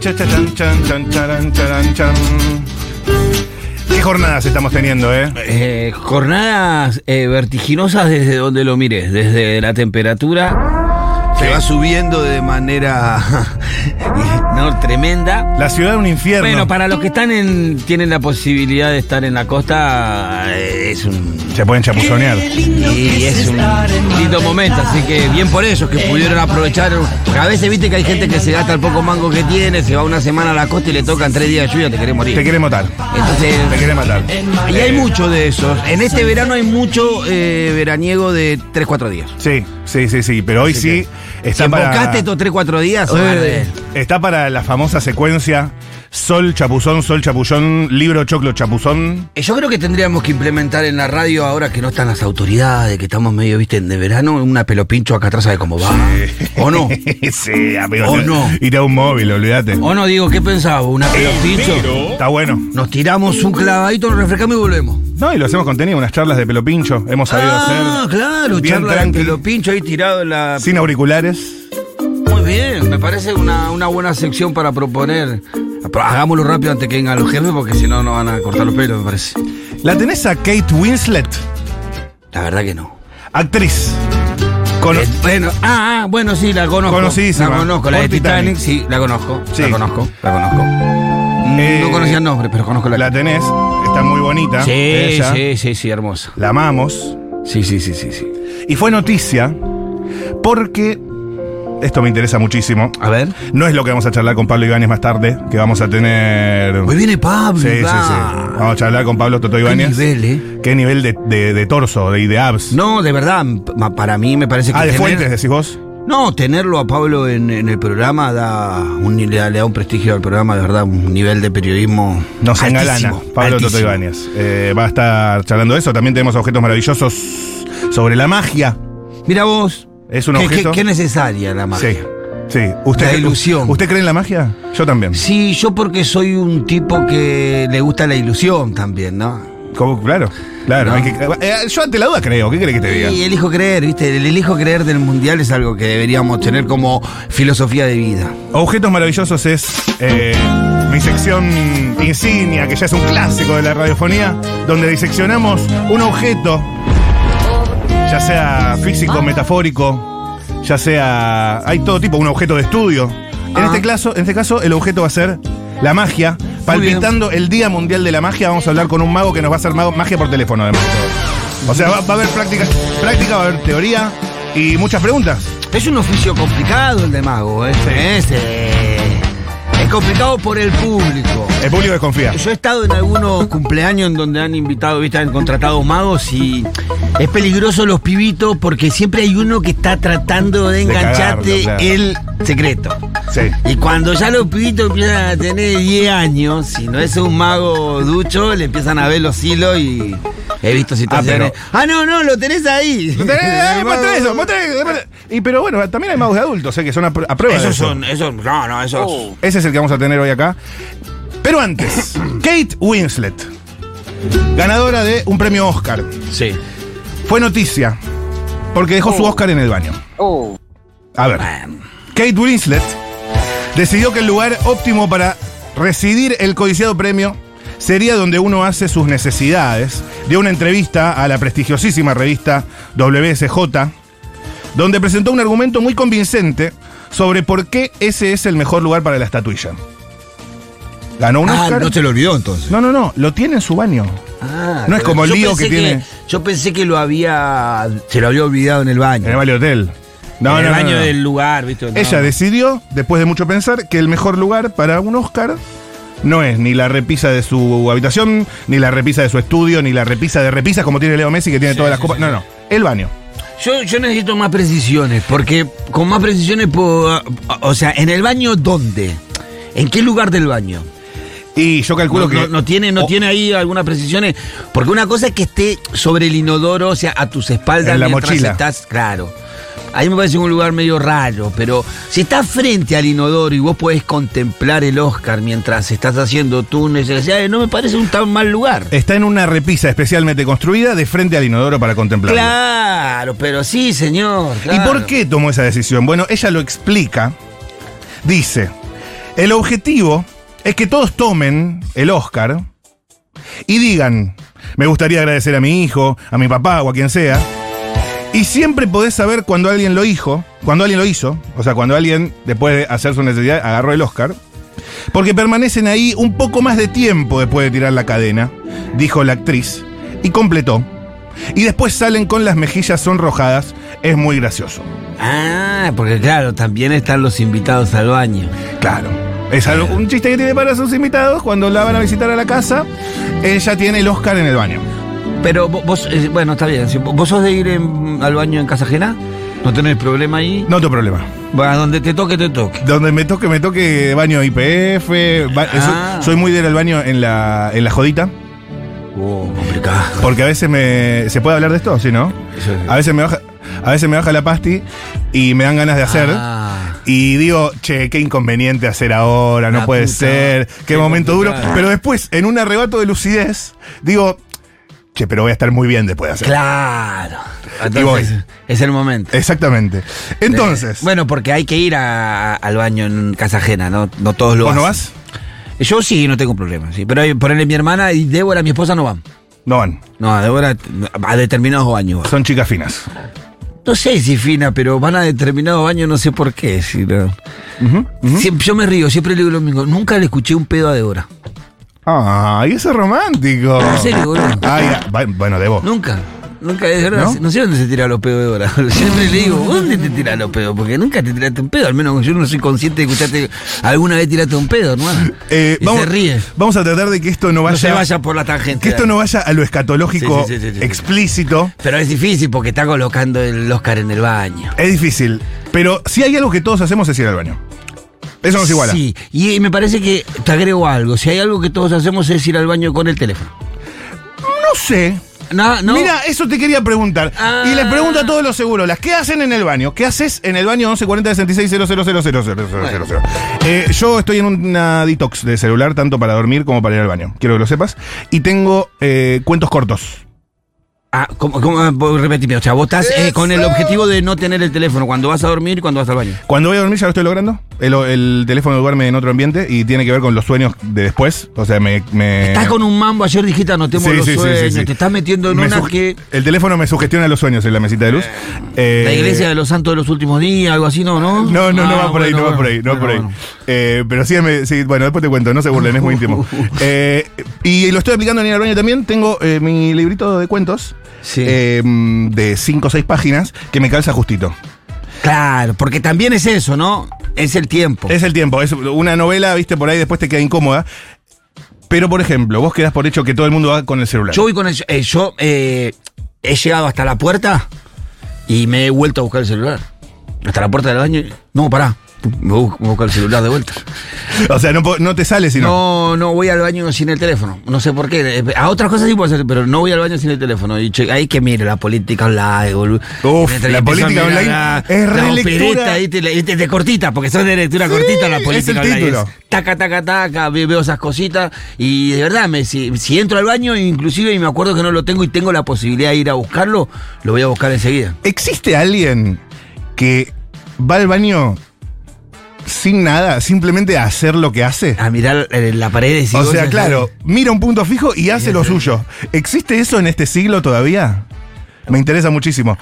Chacharán, chan, chan, charán, charán, chan. ¿Qué jornadas estamos teniendo, eh? Eh, jornadas eh, vertiginosas desde donde lo mires, desde la temperatura que Sí. va subiendo de manera eh, no tremenda. La ciudad es un infierno. Bueno, para los que están en tienen la posibilidad de estar en la costa eh, es un Se pueden chapuzonear. y es un lindo momento, así que bien por ellos que pudieron aprovechar. Porque a veces viste que hay gente que se gasta el poco mango que tiene, se va una semana a la costa y le tocan tres días de lluvia, te querés Te morir. quiere matar. Entonces, Te quiere matar. Y hay mucho de esos. En este verano hay mucho eh, veraniego de 3-4 días. Sí, sí, sí, sí. Pero hoy sí Si está para, embocaste estos 3-4 días, arde. está para la famosa secuencia Sol Chapuzón, Sol Chapullón, Libro Choclo Chapuzón. Eh, yo creo que tendríamos que implementar en la radio, ahora que no están las autoridades, que estamos medio, viste, de verano, una pelopincho acá atrás de cómo va. ¿O no? sí, amigo. Oh, te- no. Oh, Y te da un móvil, olvídate. ¿O no digo qué pensaba? ¿Una Eh, pelopincho? Está bueno. Nos tiramos un clavadito, nos refrescamos y volvemos. No, y lo hacemos contenido, unas charlas de pelo pincho. Hemos sabido Ah, hacer. claro, Bien charla de tranqui, pelopincho ahí tirado en la Sin auriculares. Muy bien, me parece una, una buena sección para proponer. Pero Hagámoslo rápido antes que vengan los jefes, porque si no, nos van a cortar los pelos, me parece. ¿La tenés a Kate Winslet? La verdad que no. Actriz. Con- Eh, bueno, ah, ah, bueno, sí, la conozco. Conocidísima. La conozco, la de Por Titanic. Titanic, sí, la conozco. Sí. La conozco, la conozco. Eh, no conocía el nombre, pero conozco la. La tenés. Está muy bonita. sí, ella. sí, sí, sí, hermosa. La amamos. Sí, sí, sí, sí, sí. Y fue noticia porque. Esto me interesa muchísimo. A ver. No es lo que vamos a charlar con Pablo Ibáñez más tarde, que vamos a tener. Hoy viene Pablo. Sí, sí, sí. va. Vamos a charlar con Pablo Toto Qué Ibáñez. nivel, eh. Qué nivel de, de- de torso de, y de abs. No, de verdad, ma- para mí me parece que. ah, de tener- fuentes, decís vos. No, tenerlo a Pablo en, en el programa da un, le, da- le da un prestigio al programa, de verdad, un nivel de periodismo. Nos altísimo, engalana Pablo altísimo. Toto Ibáñez. Eh, va a estar charlando de eso. También tenemos objetos maravillosos sobre la magia. Mira vos, Es un qué, objeto. qué- qué necesaria la magia. sí, sí. ¿Usted, La cre- ilusión. ¿Usted cree en la magia? Yo también. Sí, yo porque soy un tipo que le gusta la ilusión también, ¿no? ¿Cómo? Claro, claro. No. hay que- eh, yo ante la duda creo. ¿Qué crees que te diga? Y elijo creer, ¿viste? El elijo creer del mundial es algo que deberíamos tener como filosofía de vida. Objetos maravillosos es eh, mi sección insignia, que ya es un clásico de la radiofonía, donde diseccionamos un objeto, ya sea físico, metafórico, ya sea. Hay todo tipo, un objeto de estudio. En, Ah. este caso, en este caso, el objeto va a ser la magia. Palpitando el Día Mundial de la Magia, vamos a hablar con un mago que nos va a hacer mago- magia por teléfono, además. O sea, va, va a haber práctica, práctica, va a haber teoría y muchas preguntas. Es un oficio complicado el de mago, ¿eh? Es, eh, es complicado por el público. El público desconfía. Yo he estado en algunos cumpleaños en donde han invitado, viste, han contratado magos y es peligroso los pibitos porque siempre hay uno que está tratando de engancharte cagarlo, claro. el secreto. Sí. Y cuando ya los pibitos empiezan a tener 10 años, si no es un mago ducho, le empiezan a ver los hilos y he visto situaciones. pero- Ah, no, no, lo tenés ahí. Eh, eh, mostrá eso, mostrá eso, mostrá- Y pero bueno, también hay magos de adultos, eh, que son a, pr- a prueba. de Esos eso. son, esos, no, no, esos. Ese es el que vamos a tener hoy acá. Pero antes, Kate Winslet, ganadora de un premio Oscar, Sí. fue noticia porque dejó Oh. su Oscar en el baño. A ver, Kate Winslet decidió que el lugar óptimo para recibir el codiciado premio sería donde uno hace sus necesidades. Dio una entrevista a la prestigiosísima revista WSJ, donde presentó un argumento muy convincente sobre por qué ese es el mejor lugar para la estatuilla. Ganó un Oscar. Ah, se lo olvidó entonces. No, no, no, lo tiene en su baño. Ah, No es como el yo lío pensé que tiene- yo pensé que lo había. Se lo había olvidado en el baño. En el Valle Hotel. No, en no, el no, baño no. del lugar, ¿viste? No. Ella decidió, después de mucho pensar, que el mejor lugar para un Oscar no es ni la repisa de su habitación, ni la repisa de su estudio, ni la repisa de repisas como tiene Leo Messi que tiene todas las copas. No, no, el baño. Yo, yo necesito más precisiones, porque con más precisiones puedo. O sea, ¿en el baño dónde? ¿En qué lugar del baño? Y yo calculo No, que no- no tiene, no o- tiene ahí algunas precisiones. Porque una cosa es que esté sobre el inodoro, o sea, a tus espaldas En la mientras mochila. estás. Claro. Ahí me parece un lugar medio raro, pero si estás frente al inodoro y vos podés contemplar el Oscar mientras estás haciendo tus necesidades, no me parece un tan mal lugar. está en una repisa especialmente construida de frente al inodoro para contemplarlo. Claro, pero sí, señor. ¿Y claro. por qué tomó esa decisión? Bueno, ella lo explica. Dice, El objetivo es que todos tomen el Oscar y digan, me gustaría agradecer a mi hijo, a mi papá o a quien sea. Y siempre podés saber cuando alguien lo hizo, cuando alguien lo hizo, o sea, cuando alguien, después de hacer su necesidad, agarró el Oscar, porque permanecen ahí un poco más de tiempo después de tirar la cadena, dijo la actriz, y completó. Y después salen con las mejillas sonrojadas, es muy gracioso. Ah, porque claro, también están los invitados al baño. Claro. Es algo- un chiste que tiene para sus invitados cuando la van a visitar a la casa. Ella tiene el Oscar en el baño. Pero vo- vos, eh, bueno, está bien. Si vo- ¿Vos sos de ir en- al baño en casa ajena? ¿No tenés problema ahí? No tengo problema. Va, donde te toque, te toque. Donde me toque, me toque baño IPF. Ah. soy muy del baño en la, en la jodita. Oh, complicado. Porque a veces me. ¿Se puede hablar de esto? ¿Sí, no? Eso es- A veces me baja, a veces me baja la pasti y me dan ganas de hacer. Ah. Y digo, che, qué inconveniente hacer ahora, no La puede puta, ser, qué, qué momento duro. complicado. Pero después, en un arrebato de lucidez, digo, che, pero voy a estar muy bien después de hacer. Claro. Y voy. Entonces, es el momento. Exactamente. Entonces, Eh, bueno, porque hay que ir a- al baño en casa ajena, ¿no? No todos lo ¿vos no hacen. vas? Yo sí, no tengo problema, sí. Pero hay- ponerle mi hermana y Débora, mi esposa, no van. No van. No, a Débora a determinados baños. va. Son chicas finas. No sé si fina, pero van a determinados baños, no sé por qué. si no. Ujú, ujú. Siempre- yo me río, siempre le digo lo mismo. Nunca le escuché un pedo a Débora. Ay, eso es romántico. En serio, boludo. Ay, ah, va- bueno, debo. Nunca. Nunca, de verdad, ¿No? ¿No? sé dónde se tiran los pedos de ahora. Siempre le digo, ¿dónde te tiras los pedos? Porque nunca te tiraste un pedo, al menos yo no soy consciente de que usted te- alguna vez tiraste un pedo, hermano. Eh, y vamos, se ríe. vamos a tratar de que esto no No vaya, se vaya por la tangente. que esto no vaya a lo escatológico Sí, sí, sí, sí, sí. explícito. Pero es difícil porque está colocando el Oscar en el baño. Es difícil. Pero si hay algo que todos hacemos es ir al baño. Eso nos iguala. Sí, y me parece que te agrego algo. Si hay algo que todos hacemos es ir al baño con el teléfono. No sé. No, no. Mira, eso te quería preguntar. Ah. Y les pregunto a todos los seguros, las ¿qué hacen en el baño? ¿Qué haces en el baño 1140 66 000? Eh, yo estoy en una detox de celular, tanto para dormir como para ir al baño. Quiero que lo sepas. Y tengo eh, cuentos cortos. Ah, ¿cómo, cómo? Vos repetime, o sea, vos estás eh, con el Eso. objetivo de no tener el teléfono cuando vas a dormir y cuando vas al baño. Cuando voy a dormir ya lo estoy logrando. El, el teléfono duerme en otro ambiente y tiene que ver con los sueños de después. O sea, me... me- Estás con un mambo, ayer dijiste anotemos Eh. Sí, los sí, sí, sí, sueños, sí. te estás metiendo en me una suge- que... El teléfono me sugestiona los sueños en la mesita de luz. Eh, La iglesia de los santos de los últimos días, algo así, ¿no? No, No, no, no Ah, va por ahí, bueno, no va por bueno, ahí, no va por ahí. bueno, Eh, pero sí, me- sí, bueno, después te cuento, no se burlen, es muy íntimo. Eh, y lo estoy aplicando en ir al baño también. Tengo eh, mi librito de cuentos bueno. Sí. eh, de 5 o 6 páginas que me calza justito. claro, porque también es eso, ¿no? Es el tiempo. Es el tiempo, es una novela, viste, por ahí después te queda incómoda. Pero, por ejemplo, vos quedás por hecho que todo el mundo va con el celular. Yo voy con el... eh, yo eh, he llegado hasta la puerta y me he vuelto a buscar el celular. Hasta la puerta del baño. y- No, pará. Me bu- me busco el celular de vuelta. O sea, no, po- no te sale sino. No, no voy al baño sin el teléfono. No sé por qué. Eh, A otras cosas sí puedo hacer, pero no voy al baño sin el teléfono. Y che, hay que mire la política online, boludo. Uf, Mientras la empiezo a política mirar online la- es re la lectura. opereta, ¿viste? Le- viste, de cortita, porque son de lectura cortita la es política el online. título. Es taca, taca, taca, ve- veo esas cositas. Y de verdad, me, si, si entro al baño, inclusive, y me acuerdo que no lo tengo y tengo la posibilidad de ir a buscarlo, lo voy a buscar enseguida. ¿Existe alguien que va al baño sin nada, simplemente a hacer lo que hace? A mirar eh, la pared y decir, O "Vos sea, sos- claro, mira un punto fijo y hace lo suyo. ¿Existe eso en este siglo todavía? Me interesa muchísimo.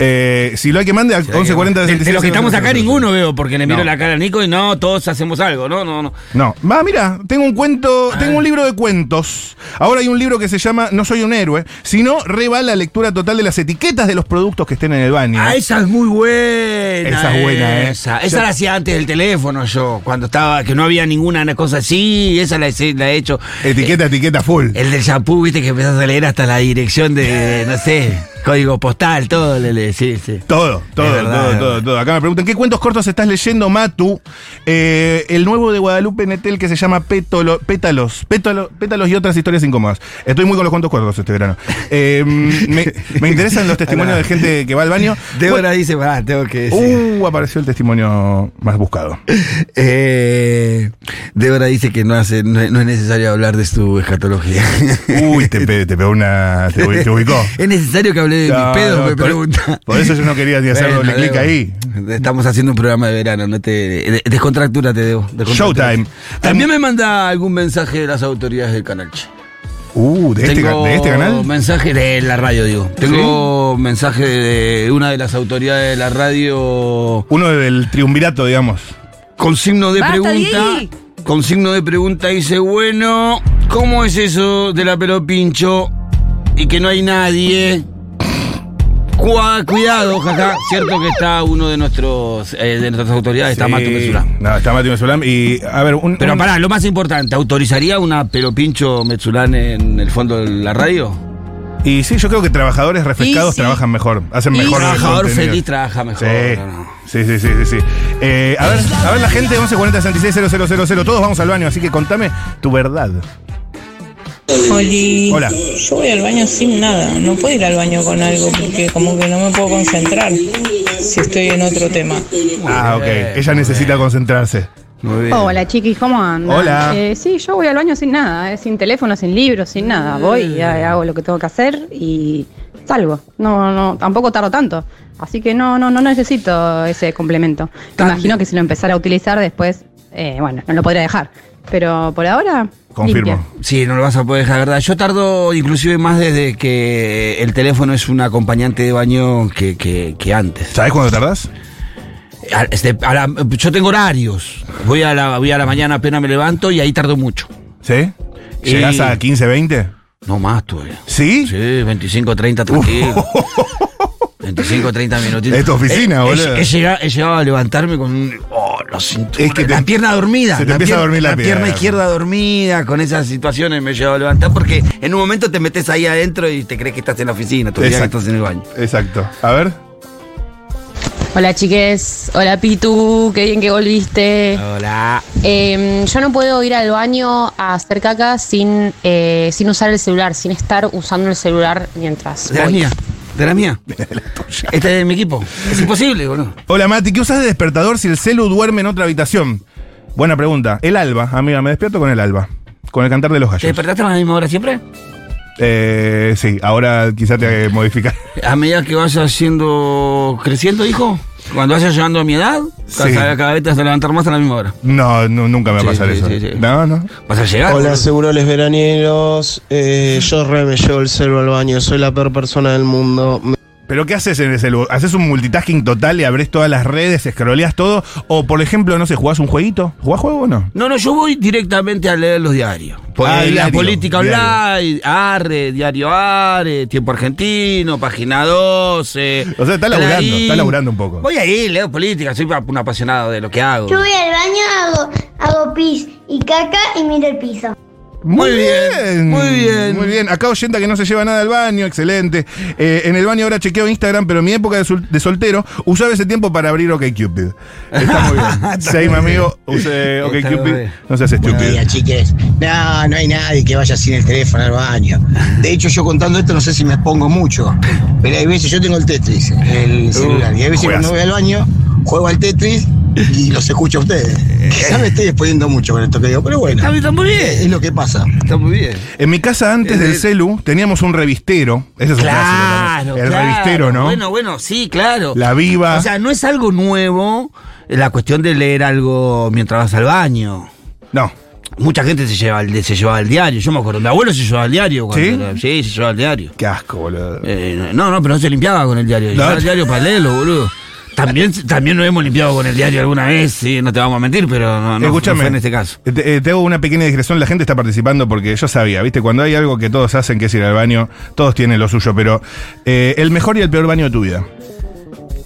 Eh, si lo hay que mande, De- 1140 de, de los que estamos acá, ninguno veo, porque le miro No. la cara a Nico y no, todos hacemos algo, no, no, no. No, va, mira, tengo un cuento, tengo un libro de cuentos. Ahora hay un libro que se llama No soy un héroe, sino reba la lectura total de las etiquetas de los productos que estén en el baño. Ah, esa es muy buena. Esa es buena, ¿eh? Esa, Yo- Esa la hacía antes del teléfono yo, cuando estaba, que no había ninguna cosa así, esa la, he- la he hecho. Etiqueta, etiqueta full. Eh, el del shampoo, viste, que empezás a leer hasta la dirección de, no sé, código postal, todo, le, le- sí, sí. Todo, todo, Es verdad, todo, es todo, verdad. todo. Acá me preguntan, ¿qué cuentos cortos estás leyendo, Matu? Eh, el nuevo de Guadalupe Netel que se llama Pétalo- Pétalos, Pétalo- Pétalos y otras historias incómodas. Estoy muy con los cuentos cortos este verano. Eh, me, me interesan los testimonios de gente que va al baño. Débora dice, pará, tengo que decir. Uh, apareció el testimonio más buscado. Eh, Débora dice que no, hace, no, es- no es necesario hablar de su escatología. Uy, te, pe- te pegó una. Te, ubi- te ubicó. ¿Es necesario que hablé de No, mis pedos, no, me por- pregunta. Por eso yo no quería ni hacer Bueno, doble clic Debo, ahí. Estamos haciendo un programa de verano, no te. de- Descontractúrate, Debo. descontractúrate. Showtime. También me manda algún mensaje de las autoridades del canal. Che. Uh, de, este, ca- Tengo de este canal. Mensaje de la radio, digo. Tengo mensaje de una de las autoridades de la radio Uno del triunvirato, digamos. con signo de Basta, pregunta. Diegui. Con signo de pregunta dice, bueno, ¿cómo es eso de la pelo pincho y que no hay nadie? Cua- cuidado, jaja. Cierto que está uno de nuestros eh, de nuestras autoridades, está Sí. Matu Metzulam. No, está Mati Mesulam. Y, a ver, un. Pero un- pará, lo más importante, ¿autorizaría una pelo pincho Metzulán en el fondo de la radio? Y sí, yo creo que trabajadores refrescados Y sí. trabajan mejor, hacen Y mejor. sí. el Trabajador contenido. feliz trabaja mejor. Sí. no, no. Sí, sí, sí, sí, sí. Eh, a ver, a ver la gente, 1140 66 000, todos vamos al baño, así que contame tu verdad. Oli, Hola. yo voy al baño sin nada, no puedo ir al baño con algo porque como que no me puedo concentrar si estoy en otro tema. Ah, ok. bien, Ella muy necesita concentrarse. Muy bien. Hola chiquis, ¿cómo andan? Hola. Eh, sí, yo voy al baño sin nada, eh, sin teléfono, sin libros, sin Eh. nada. Voy, y ha- hago lo que tengo que hacer y salgo. No, no, tampoco tardo tanto. Así que no, no, no necesito ese complemento. Me Imagino que si lo empezara a utilizar después, eh, bueno, no lo podría dejar. Pero por ahora, Confirmo. limpia. Sí, no lo vas a poder dejar, ¿verdad? Yo tardo inclusive más desde que el teléfono es un acompañante de baño que, que, que antes. ¿Sabes cuándo tardás? A- este, a la- yo tengo horarios. Voy a, la, voy a la mañana apenas me levanto y ahí tardo mucho. ¿Sí? ¿Llegás Y- a 15, 20? No más todavía. ¿Sí? Sí, 25, 30, tranquilo. 25, 30 minutitos. Es tu oficina, He- he- boludo. He, llegado, he llegado a levantarme con un. Oh, la cintura, Es que te- la pierna dormida. se te la empieza a pier- dormir la pierna. pierna izquierda dormida, con esas situaciones me he llegado a levantar porque en un momento te metes ahí adentro y te crees que estás en la oficina, te olvidás que Exacto. estás en el baño. Exacto. A ver. Hola chiques, hola Pitu, qué bien que volviste. Ah. Hola. Eh, yo no puedo ir al baño a hacer caca sin, eh, sin usar el celular, sin estar usando el celular mientras. ¿De la voy. mía? ¿De la mía? Este es de mi equipo. Es imposible, boludo. Hola, Mati. ¿Qué usás de despertador si el celu duerme en otra habitación? Buena pregunta. El alba, amiga. Me despierto con el alba. Con el cantar de los ¿Te gallos. despertaste a la misma hora siempre? Eh, sí, ahora quizá te que modificar. A medida que vas haciendo, creciendo, hijo, cuando vayas llegando a mi edad, Sí. cada, cada vez te vas a levantar más a la misma hora. No, no, nunca me va a Sí, pasar sí, eso. sí, sí. No, no. Vas a llegar. Hola, boludo. seguro les veranieros. Eh, yo re me llevo el celu al baño. Soy la peor persona del mundo. Me- ¿Pero qué haces en ese lugar? ¿Haces un multitasking total y abrés todas las redes, escroleás todo? O, por ejemplo, no sé, ¿jugás un jueguito? ¿Jugás juego o no? No, no, yo voy directamente a leer los diarios. Porque Ah, la diario, política online, ARRE, diario ARRE, Tiempo Argentino, Página 12. O sea, está laburando, Clarín. está laburando un poco. Voy ahí, leo política, soy un apasionado de lo que hago. Yo voy al baño, hago, hago pis y caca y miro el piso. Muy bien, muy bien. Muy bien. Acá oyenta que no se lleva nada al baño, excelente. Eh, en el baño ahora chequeo Instagram, pero en mi época de, sol- de soltero usaba ese tiempo para abrir OkCupid. Está muy bien. Same amigo, usé Está OkCupid. muy bien. No seas Buenos estúpido. días, chiques. No, no hay nadie que vaya sin el teléfono al baño. De hecho, yo contando esto no sé si me expongo mucho, pero hay veces yo tengo el Tetris, el Uh, celular, y hay veces juegas. cuando voy al baño juego al Tetris y los escucho a ustedes. Quizá me estoy exponiendo mucho con esto que digo, pero bueno, Eh. Está, está muy es bien, lo que pasa. está muy bien. En mi casa antes Eh, del eh. celu teníamos un revistero. Ese es un clásico. Claro, también. El claro. revistero, ¿no? Bueno, bueno, sí, claro. La viva. O sea, no es algo nuevo eh, la cuestión de leer algo mientras vas al baño. no. Mucha gente se lleva el- se llevaba el diario. Yo me acuerdo, mi abuelo se llevaba el diario. cuando ¿Sí? era- sí, se llevaba el diario. Qué asco, boludo. Eh, no, no, pero no se limpiaba con el diario. No. Llevaba el diario para leerlo, boludo. También, también nos hemos limpiado con el diario alguna vez, sí, no te vamos a mentir, pero no, no, Escúchame, no fue en este caso. eh, Te, eh, te hago una pequeña digresión, la gente está participando porque yo sabía, ¿viste? Cuando hay algo que todos hacen, que es ir al baño, todos tienen lo suyo, pero eh, el mejor y el peor baño de tu vida.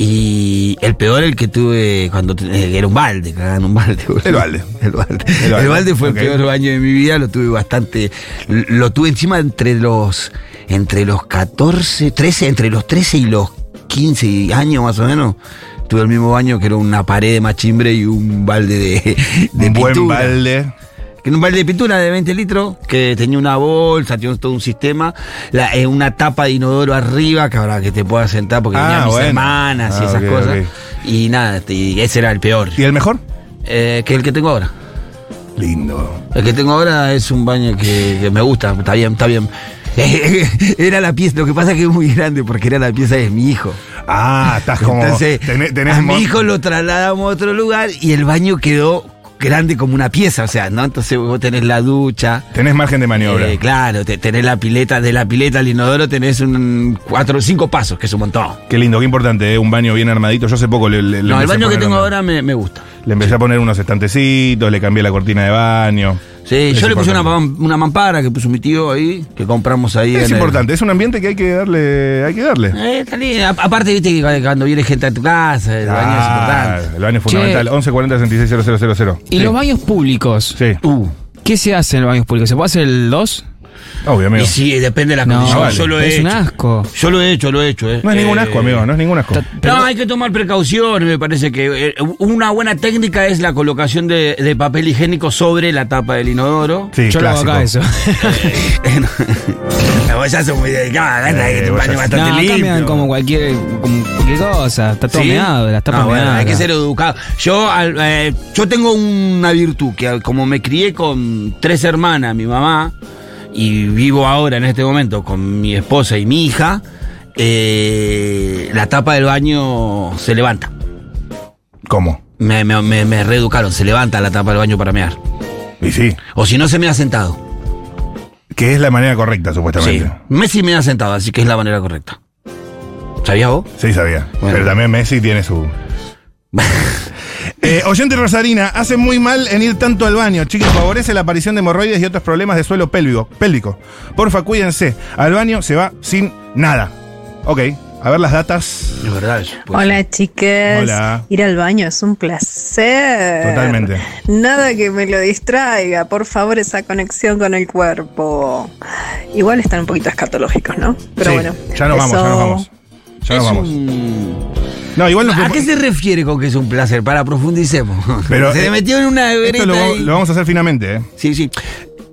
Y el peor, el que tuve cuando eh, era un balde, cagaba en un balde. boludo. El balde. El balde. El El balde. balde, fue Ok. el peor baño de mi vida, lo tuve bastante. Lo tuve encima entre los. Entre los 14, 13, entre los 13 y los 15 años más o menos. Tuve el mismo baño que era una pared de machimbre y un balde de, de un buen pintura. balde. Que era un balde de pintura de 20 litros, que tenía una bolsa, tenía un- todo un sistema, la- eh, una tapa de inodoro arriba, que ahora que te puedas sentar porque Ah, tenía mis bueno. hermanas y Ah, esas ok, cosas. ok. Y nada, este, y ese era el peor. ¿Y el mejor? Eh, que el que tengo ahora. Lindo. El que tengo ahora es un baño que, que me gusta, está bien, está bien. era la pieza, lo que pasa que es muy grande porque era la pieza de mi hijo. Ah, estás como. Entonces, tené- tenés a mo- mi hijo lo trasladamos a otro lugar y el baño quedó grande como una pieza, o sea, ¿no? Entonces vos tenés la ducha. Tenés margen de maniobra. eh, claro, te- tenés la pileta, de la pileta al inodoro tenés un cuatro o cinco pasos, que es un montón. Qué lindo, qué importante, ¿eh? un baño bien armadito. Yo hace poco le, le- le no, el empecé a baño que poner tengo armado. ahora me, me gusta. Le empecé a poner unos estantecitos, le cambié la cortina de baño. Sí, Es yo le puse una, importante. mam- una mampara que puso mi tío ahí, que compramos ahí. en Es el- importante, es un ambiente que hay que darle, hay que darle. Eh, está lindo. A- Aparte, viste que cuando- cuando viene gente a tu casa, el baño es Ah, importante. el baño es fundamental. 1140 ¿Y los baños públicos? Sí, Uh, ¿Qué se hace en los baños públicos? ¿Se puede hacer el 2? obvio, amigo. y sí, depende de las No, condiciones. vale. Yo lo he es hecho. un asco. Yo lo he hecho, lo he hecho. eh. No es ningún Eh, asco, amigo, no es ningún asco. ta- No, hay que tomar precauciones, me parece que eh, una buena técnica es la colocación de, de papel higiénico sobre la tapa del inodoro. Sí, Yo lo hago clásico. acá eso. Las ollas son muy delicadas, anda, Eh, que es un ollas. baño no, bastante acá limpio. me dan como cualquier, como cualquier cosa. Está todo ¿Sí? meado, las tapas No, bueno, meadas Hay que acá. ser educado. Yo, al- eh, yo tengo una virtud que al- como me crié con tres hermanas, mi mamá, y vivo ahora en este momento con mi esposa y mi hija, eh, la tapa del baño se levanta. ¿Cómo? Me, me- me- me reeducaron, se levanta la tapa del baño para mear. Y sí, O si no, se me ha sentado. que es la manera correcta, Sí. supuestamente. Messi me ha sentado, así que es la manera correcta. ¿Sabías vos? Sí, sabía. Bueno. Pero también Messi tiene su. Eh, oyente Rosarina, hace muy mal en ir tanto al baño. Chicos, favorece la aparición de hemorroides y otros problemas de suelo pélvico. pélvico. Porfa, cuídense. Al baño se va sin nada. Ok, a ver las datas. Es verdad. pues. Hola chicas, Hola. ir al baño es un placer. Totalmente. Nada que me lo distraiga, por favor, esa conexión con el cuerpo. Igual están un poquito escatológicos, ¿no? Pero Sí, bueno, Ya nos vamos, ya nos eso- vamos. Ya nos Es vamos. un- No, igual nos ¿A qué se refiere con que es un placer? Para profundicemos. Pero, se eh, metió en una Esto vereta. lo, ahí. lo vamos a hacer finamente, ¿eh? Sí, sí.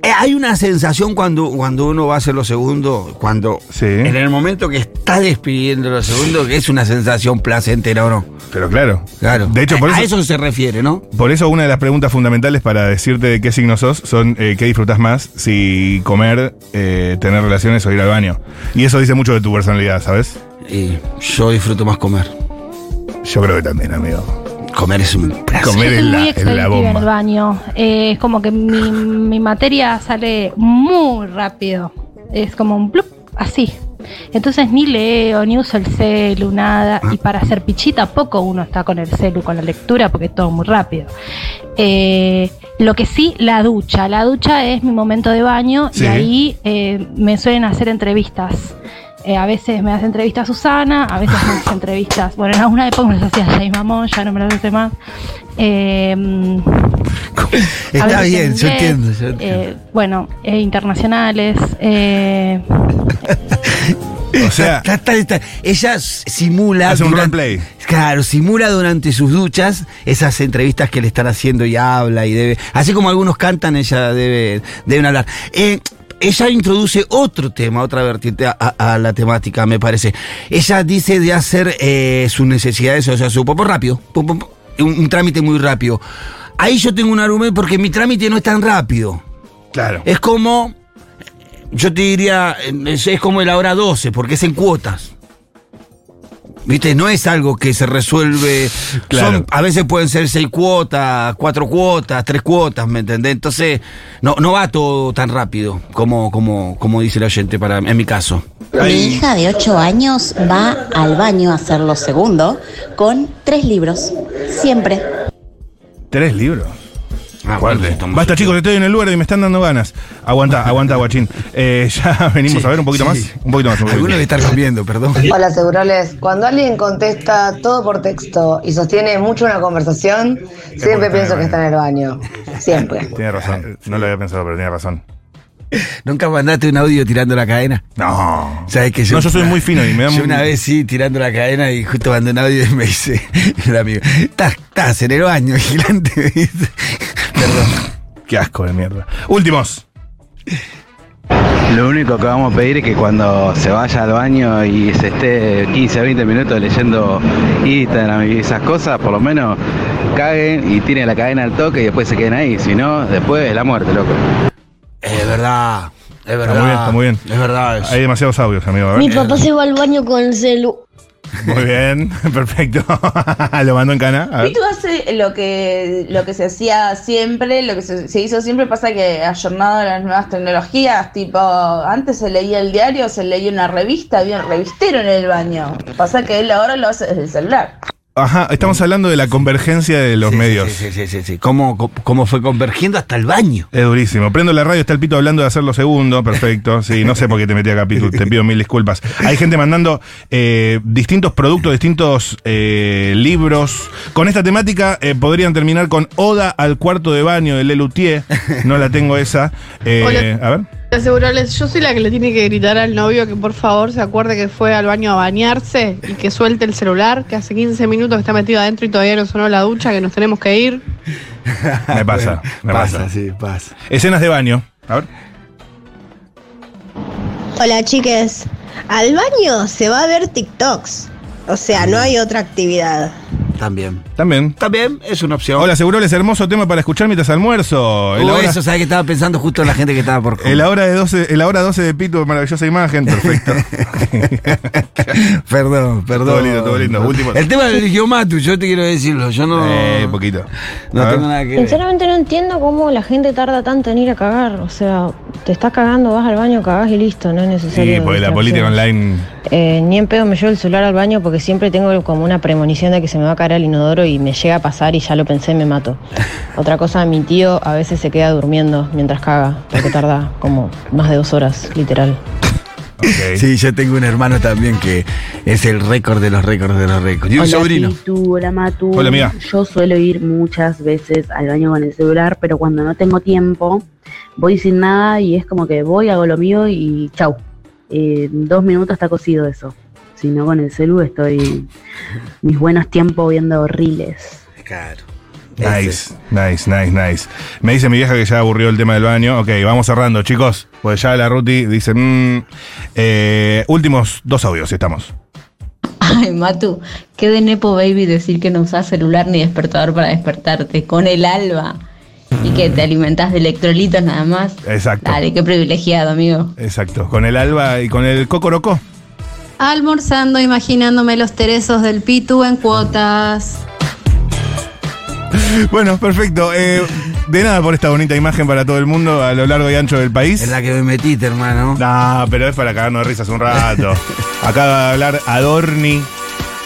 Eh, hay una sensación cuando, cuando uno va a hacer lo segundo, cuando Sí. en el momento que está despidiendo lo segundo, que es una sensación placentera o no. Pero claro. Claro. De hecho, por a, eso, a eso se refiere, ¿no? por eso una de las preguntas fundamentales para decirte de qué signo sos son eh, qué disfrutas más, si comer, eh, tener relaciones o ir al baño. Y eso dice mucho de tu personalidad, ¿sabes? Y yo disfruto más comer. Yo creo que también, amigo. Comer Ah, es un placer. Comer es la, es la bomba. baño. es como que mi, materia sale muy rápido. Es como un plup, así. Entonces ni leo, ni uso el celu, nada. Y para hacer pichita poco uno está con el celu, con la lectura, porque es todo muy rápido. Eh, lo que sí, la ducha. La ducha es mi momento de baño Sí. y ahí eh, me suelen hacer entrevistas. Eh, a veces me hace entrevistas Susana, a veces me hace entrevistas. Bueno, en alguna época me las hacía Jaime Mamón, ya no me las hace más. Eh, a Está veces en bien, yo inglés, entiendo. yo entiendo. eh, bueno, eh, internacionales. eh, O sea, Ta- ta- ta- ta- ella s- simula. Hace un durante- roleplay. Claro, simula durante sus duchas esas entrevistas que le están haciendo y habla y debe. Así como algunos cantan, ella debe, deben hablar. Eh, ella introduce otro tema, otra vertiente a, a- a la temática, me parece. Ella dice de hacer eh, sus necesidades, o sea, su popo rápido. pum, pum, pum, un, un trámite muy rápido. Ahí yo tengo un argumento porque mi trámite no es tan rápido. claro. Es como, yo te diría, es, es como el hora 12, porque es en cuotas. ¿Viste? No es algo que se resuelve. Claro. Son- a veces pueden ser seis cuotas, cuatro cuotas, tres cuotas, ¿me entendés? Entonces, no, no va todo tan rápido como, como, como dice la gente para, en mi caso. Ahí- Mi hija de 8 años va al baño a hacer lo segundo con tres libros, siempre. Tres libros. Ah, bueno, Fuerte. estamos- Basta, chicos, estoy en el lugar y me están dando ganas. Aguanta, aguanta, guachín. Eh, ya venimos Sí, a ver un poquito sí. más. Un poquito más. un poquito Algunos más. le están comiendo, perdón. Hola, Seguroles. Cuando alguien contesta todo por texto y sostiene mucho una conversación, porque siempre está pienso en el que está en el baño. Siempre. Tiene razón. No lo había pensado, pero tiene razón. ¿Nunca mandaste un audio tirando la cadena? No. ¿Sabes que yo, No, yo soy muy fino y me da Yo muy- una vez sí, tirando la cadena y justo mandé un audio y me dice el amigo, estás, estás en el baño, vigilante. me dice. Perdón. Qué asco de mierda. Últimos. Lo único que vamos a pedir es que cuando se vaya al baño y se esté 15 o 20 minutos leyendo Instagram y esas cosas, por lo menos caguen y tiren la cadena al toque y después se queden ahí. Si no, después es la muerte, loco. Es verdad. Es Está muy bien, está muy bien. Es verdad. Hay demasiados audios, amigo. a ver. eh, Mi papá se va al baño con el celu. Muy bien, perfecto. Lo mando en cana. a ver. Pitu hace lo que, lo que se hacía siempre, lo que se, se hizo siempre, pasa que ayornado a las nuevas tecnologías, tipo, antes se leía el diario, se leía una revista, había un revistero en el baño. Pasa que él ahora lo hace desde el celular. Ajá, estamos hablando de la convergencia de los medios. Sí, sí, sí, sí. ¿Cómo, cómo- cómo fue convergiendo hasta el baño? Es durísimo. Prendo la radio, está el pito hablando de hacerlo segundo. Perfecto. Sí, no sé por qué te metí acá, Pitu. Te pido mil disculpas. Hay gente mandando eh, distintos productos, distintos eh, libros. Con esta temática eh, podrían terminar con Oda al cuarto de baño de Lelutier. No la tengo esa. Eh, Hola. a ver. Asegurarles, yo soy la que le tiene que gritar al novio que por favor se acuerde que fue al baño a bañarse y que suelte el celular, que hace 15 minutos que está metido adentro y todavía no sonó la ducha, que nos tenemos que ir. Me pasa, me pasa, pasa. sí, pasa. Escenas de baño. A ver. Hola chiques, al baño se va a ver TikToks, o sea, no hay otra actividad. También. También. También es una opción. Hola, Seguroles, hermoso tema para escuchar mientras almuerzo. En O la hora- eso, ¿sabes que estaba pensando justo en la gente que estaba por en la hora de 12, en la hora 12 de Pitu, maravillosa imagen, perfecto. Perdón, perdón. Todo lindo, todo lindo. Último. El tema del idiomatu, yo te quiero decirlo. Yo no. Eh, poquito. No A tengo ver. nada que ver. Sinceramente no entiendo cómo la gente tarda tanto en ir a cagar. O sea, te estás cagando, vas al baño, cagás y listo. No es necesario. Sí, porque la distracción. política online. Eh, ni en pedo me llevo el celular al baño porque siempre tengo como una premonición de que se me va a caer el inodoro y me llega a pasar y ya lo pensé y me mato. Otra cosa, mi tío a veces se queda durmiendo mientras caga porque tarda como más de dos horas, literal. Sí, yo tengo un hermano también que es el récord de los récords de los récords. Y un sobrino. Pitu, hola Matu. Hola, amiga. Yo suelo ir muchas veces al baño con el celular, pero cuando no tengo tiempo, voy sin nada y es como que voy, hago lo mío y chau. Eh, dos minutos está cocido eso. Si no con el celu estoy mis buenos tiempos viendo reels. Claro. Nice, nice, nice, nice. Me dice mi vieja que ya aburrió el tema del baño. Ok, vamos cerrando, chicos. Pues ya la Ruti dice. mm, eh, últimos dos audios, estamos. Ay, Matu, qué de Nepo Baby decir que no usás celular ni despertador para despertarte con el alba y que te alimentás de electrolitos nada más. Exacto. Dale, qué privilegiado, amigo. Exacto. Con el alba y con el cocoroco. Almorzando, imaginándome los teresos del Pitu en cuotas. Bueno, perfecto. Eh, de nada por esta bonita imagen para todo el mundo a lo largo y ancho del país. Es la que me metiste, hermano. Nah, pero es para cagarnos de risas un rato. Acaba de hablar Adorni.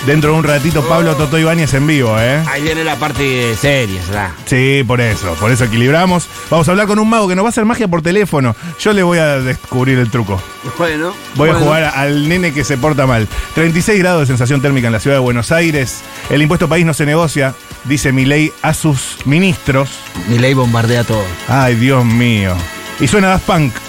Dentro de un ratito, Oh. Pablo Toto Ibáñez en vivo, ¿eh? Ahí viene la parte seria, ¿verdad? Sí, por eso, por eso equilibramos. Vamos a hablar con un mago que nos va a hacer magia por teléfono. Yo le voy a descubrir el truco. Bueno. Voy bueno. a jugar al nene que se porta mal. 36 grados de sensación térmica en la ciudad de Buenos Aires. El impuesto país no se negocia, dice Milei a sus ministros. Milei bombardea todo. Ay, Dios mío. Y suena Daft Punk.